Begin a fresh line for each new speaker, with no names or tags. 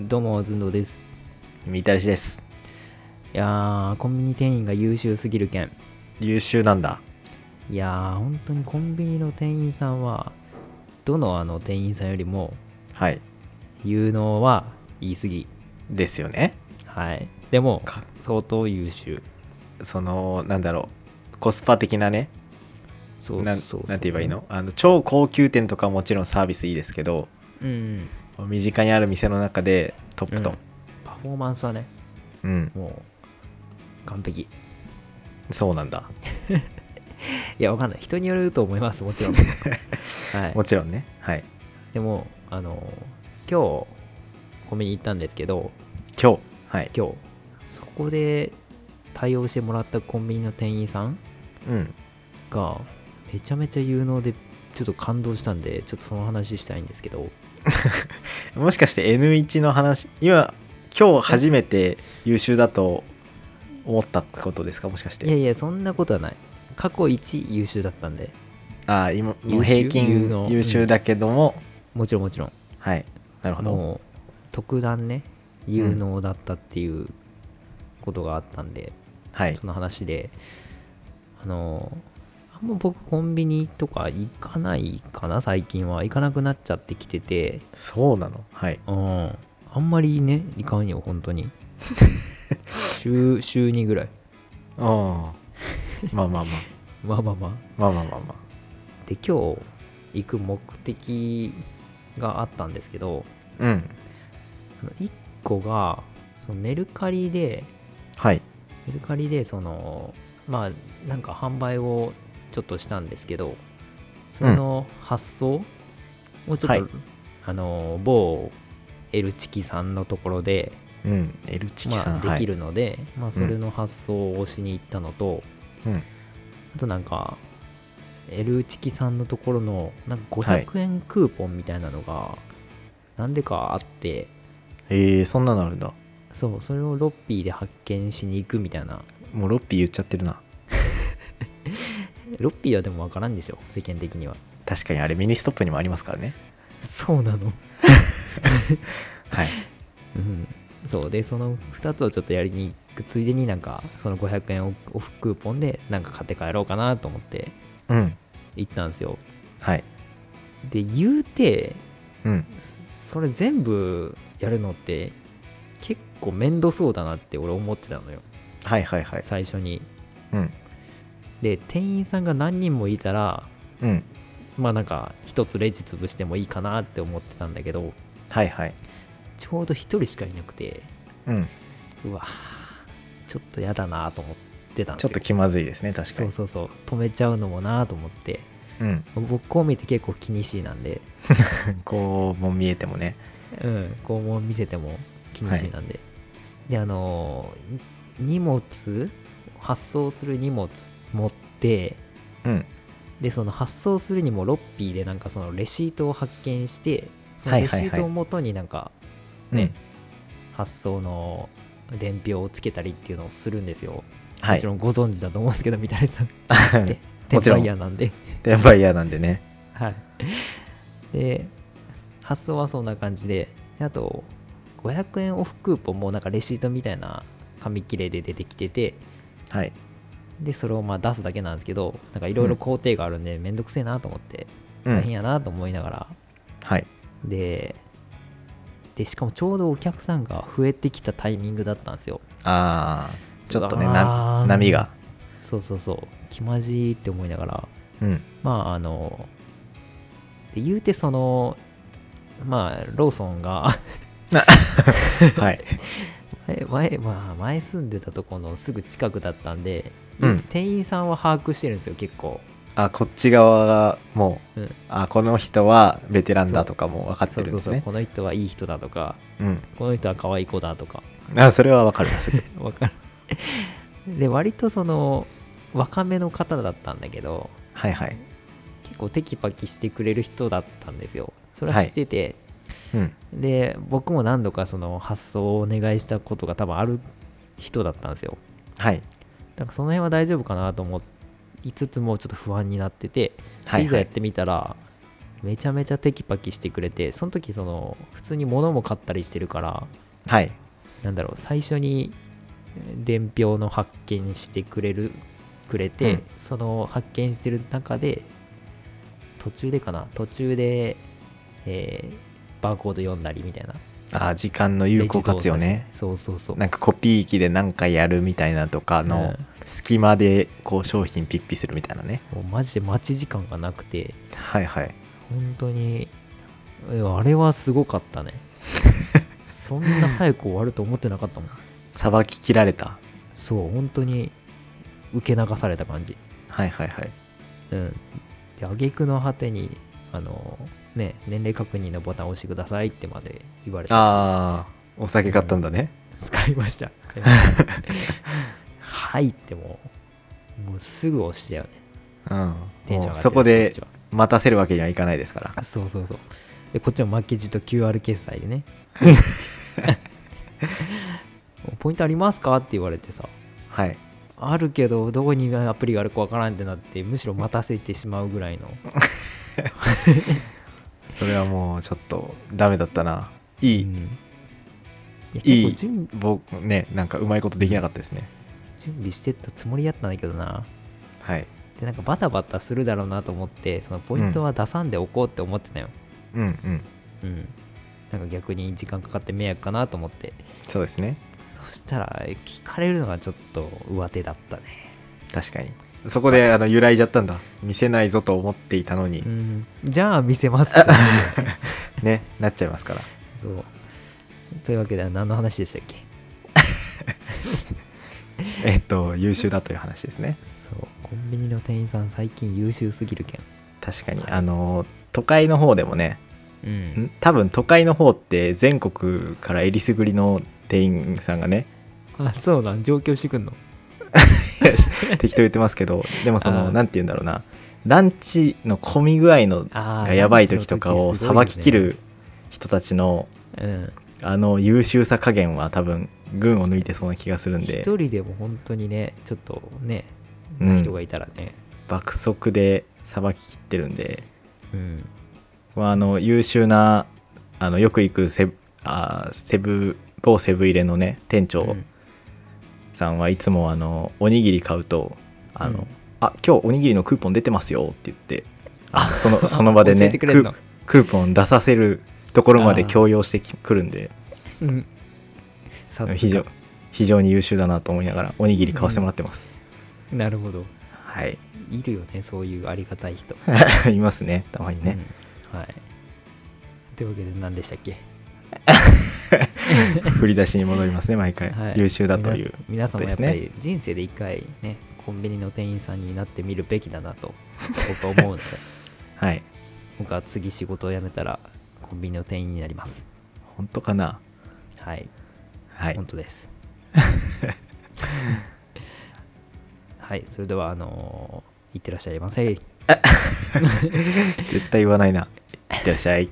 どうも、ずんどうです。
みたらしです
いやー、コンビニ店員が優秀すぎるけん。
優秀なんだ
いやー、本当にコンビニの店員さんは、どのあの店員さんよりも、
はい
有能は言い過ぎ。
ですよね
はい。でも
か、
相当優秀。
そのなんだろうコスパ的なね
そう
なん
そうそう
なんて言えばいいのあの超高級店とかもちろんサービスいいですけど
うんうん。
身近にある店の中でトップと
パフォーマンスはね、
うん、
もう、完璧。
そうなんだ
いや、わかんない。人によると思います、もち ろん。はい
も。ちろんねはい
でも、あのー、今日、コンビニ行ったんですけど、
今日はい
今日そこで対応してもらったコンビニの店員さん
うん
がめちゃめちゃ有能でちょっと感動したんでちょっとその話したいんですけど
もしかして N1 の話今今日初めて優秀だと思ったってことですかもしかし
いや
て
いやそんなことはない過去一優秀だったんで
ああ今もう
優秀
平
有
均
能
優秀だけども、
もちろんもちろん
はいなるほど
もう特段ね有能だったっていうことがあったんで、
はい
その話であのあんま僕コンビニとか行かないかな最近は行かなくなっちゃってきてて
そうなのはい
うん。あんまりね、いかんよ、本当 に。週、週2ぐらい。
ああまあまあまあ
まあまあまあ。
まあまあまあま
で、今日行く目的があったんですけど、
あうん
1個が、そのメルカリで、
はい
メルカリで、その、まあ、なんか販売をちょっとしたんですけど、それの発送をちょっと、
はい
あの、某エルチキさんのところで、
うん L チキさん、
まあ、でき
る、
るので、まあ、それの発送をしに行ったのと、
はいうん、
あとなんか、L チキさんのところのなんか
はい
500円クーポンみたいなのが、なんでかあって、
えー、そんなのあるんだ
そう、それをロッピーで発見しに行くみたいな。
もうロッピー言っちゃってるな
ロッピーはでもわからんでしょ、世間的には。
確かにあれミニストップにもありますからね
そうなの。
はい
うん。そう、で、その2つをちょっとやりに行くついでになんか、その500円オフクーポンでなんか買って帰ろうかなと思って
うん
行ったんですよ。
はい
で、言うて、
うん
それ全部やるのって結構面倒そうだなって俺思ってたのよ
はいはいはい
最初に
うん
で店員さんが何人もいたら
うん
まあなんか一つレジ潰してもいいかなって思ってたんだけど
はいはい
ちょうど一人しかいなくて
うん
うわちょっとやだなと思ってたんです
ちょ
よ
っと気まずいですね確か
そう
に
そうそう止めちゃうのもなと思って
うん
僕こう見て結構気にしいなんで
こうも見えてもね
うん、肛門見せても気にしいなんで、であのーに荷物発送する荷物持って
うん
でその発送するにもロッピーでなんかそのレシートを発見してその
はい
レシ
はいはい
ートをもとになんか
うん
ね発送の伝票をつけたりっていうのをするんですよ、
は
も
い
ちろんご存知だと思うんですけどみたいさん って
もちろん
転売屋なんで
やばい嫌なんでね
はいで発送はそんな感じでであと500円オフクーポンもなんかレシートみたいな紙切れで出てきてて
はい
でそれをまあ出すだけなんですけどなんかいろいろ工程があるんでめんどくせえなと思って
うん
大変やなと思いながら、
はい
ででしかもちょうどお客さんが増えてきたタイミングだったんですよ
ああちょっとね
うわ
な
ー
波が
そうそうそう気まじいって思いながら
うん
まああので言うてそのまあローソンが
はい
前前,、まあ、前住んでたとこのすぐ近くだったんで、
うん
言うて店員さんは把握してるんですよ結構
あこっち側がもう、
うん
あこの人はベテランだとかも分かって
そう
るん
そう
です
そう
ね
この人はいい人だとか
うん
この人は可愛い子だとか
あそれは分かるなすぐ
わかるで割とその若めの方だったんだけど
はいはい
結構テキパキしてくれる人だったんですよそれは知ってて、
うん
で僕も何度かその発送をお願いしたことが多分ある人だったんですよ
はい
だからその辺は大丈夫かなと思いつつもちょっと不安になってて、
はい
いざ
は
やっ
い
てみたらめちゃめちゃテキパキしてくれてその時その普通に物も買ったりしてるから
はい
なんだろう最初にえー伝票の発見してくれるくれて、
うん
その発見してる中で途中でかな途中で、えーバーコード読んだりみたいな
あ時間の有効活用ね
レジ動作してそうそうそう
なんかコピー機で何回やるみたいなとか
う
の
ん
隙間でこう商品ピッピするみたいなね
もうマジで待ち時間がなくて
はいはい
本当にえあれはすごかったねそんな早く終わると思ってなかったもん
さばき切られた
そう本当に受け流された感じ
はいはいはい
うんで挙句の果てにあのね年齢確認のボタンを押してくださいってまで言われた
ああお酒買ったんだね、
し使いました買いましたはいってもうもうすぐ押しちゃうね
うん
テンション上がって
も
る
うそこで
こっち
待たせるわけにはいかないですから
はそうそうそうでこっちも負けじと QR 決済 でねポイントありますかって言われてさ
はい
あるけどどこにアプリがあるかわからんってなってむしろ待たせてしまうぐらいの
それはもうちょっとダメだったないい、
うんいや
いい
結構準
僕ねなんかうまいことできなかったですね
準備してったつもりやったんだけどな
はい
でなんかバタバタするだろうなと思ってそのポイントは出さんでおこうって思ってたよ
うんうん
うん、なんか逆に時間かかって迷惑かなと思って
そうですね
そしたら聞かれるのがちょっと上手だったね
確かにそこであの揺らいじゃったんだ見せないぞと思っていたのに、
うんじゃあ見せますって
ねなっちゃいます から
そうというわけで何の話でしたっけ
えっと優秀だという話ですね
そうコンビニの店員さん最近優秀すぎるけん
確かにあの都会の方でもね
うん
ん多分都会の方って全国からえりすぐりの店員さんが ね
あそうなん上京してくんの
適当言ってますけどでもそ
あー
の何て言うんだろうなランチの混み具合の
あー
がやばい時とか
ランチ
を
の時すごいよね
さばききる人たちの
うん
あの優秀さ加減は多分群を抜いてそうな気がするんで
一人でも本当にねちょっとね
うん
な人がいたらね
爆速でさばききってるんで、
うん、
まあ、あの優秀なあのよく行くセブあーセブ某セブ入れのね店
う
長
ん
さんはいつもあのおにぎり買うと「あの
うん
あ今日おにぎりのクーポン出てますよ」って言ってあの そのその場で
教え
ね
てく
ク
れるの
ークーポン出させるところまで強要してきくるんで
うんさすが
非常非常に優秀だなと思いながらおにぎり買わせてもらってます。
なるほど
はい
いるよねそういうありがたい人
いますねたまにね、
うんはいというわけで何でしたっ け、
振り出しに戻りますね毎回、
はい、
優秀だという
皆さん
こ
も
と
や
で
っ
す
ぱ
ね
り人生で一回ねコンビニの店員さんになってみるべきだなと 僕は思うので
はい
僕は次仕事を辞めたらコンビニの店員になります
本当かな
はい
はい
本当です。 はい、それでは、あの ーいってらっしゃいませ。
絶対言わないないってらっしゃい